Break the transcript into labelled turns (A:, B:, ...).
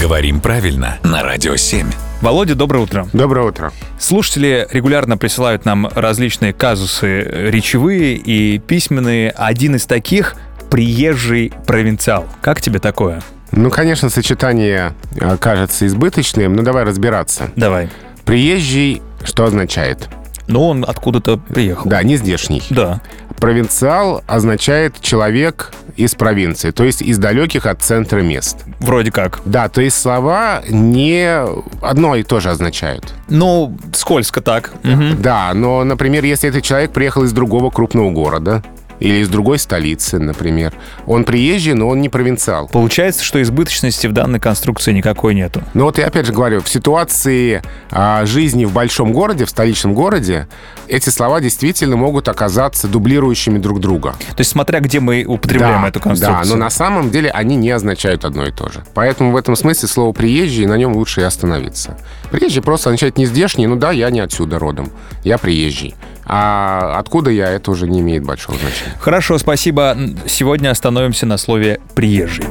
A: Говорим правильно на Радио 7.
B: Володя, доброе утро.
C: Доброе утро.
B: Слушатели регулярно присылают нам различные казусы э, речевые и письменные. Один из таких — приезжий провинциал. Как тебе такое?
C: Ну, конечно, сочетание э, кажется избыточным, но давай разбираться.
B: Давай.
C: Приезжий, что означает?
B: Ну, он откуда-то приехал.
C: Да, не здешний.
B: Да.
C: Провинциал означает человек из провинции, то есть из далеких от центра мест.
B: Вроде как.
C: Да, то есть слова не одно и то же означают.
B: Ну, скользко так. Мгм.
C: Да, но, например, если этот человек приехал из другого крупного города или из другой столицы, например, он приезжий, но он не провинциал.
B: Получается, что избыточности в данной конструкции никакой нету.
C: Но Ну, вот я опять же говорю, в ситуации а, жизни в большом городе, в столичном городе, эти слова действительно могут оказаться дублирующими друг друга.
B: То есть смотря где мы употребляем
C: да,
B: эту конструкцию.
C: да, ну, но на самом деле они не означают одно и то же. Поэтому в этом смысле слово «приезжий» на нем лучше и остановиться. «Приезжий» просто означает «не здешний», ну да, я не отсюда родом, я приезжий. А откуда я, это уже не имеет большого значения.
B: Хорошо, спасибо. Сегодня остановимся на слове «приезжий».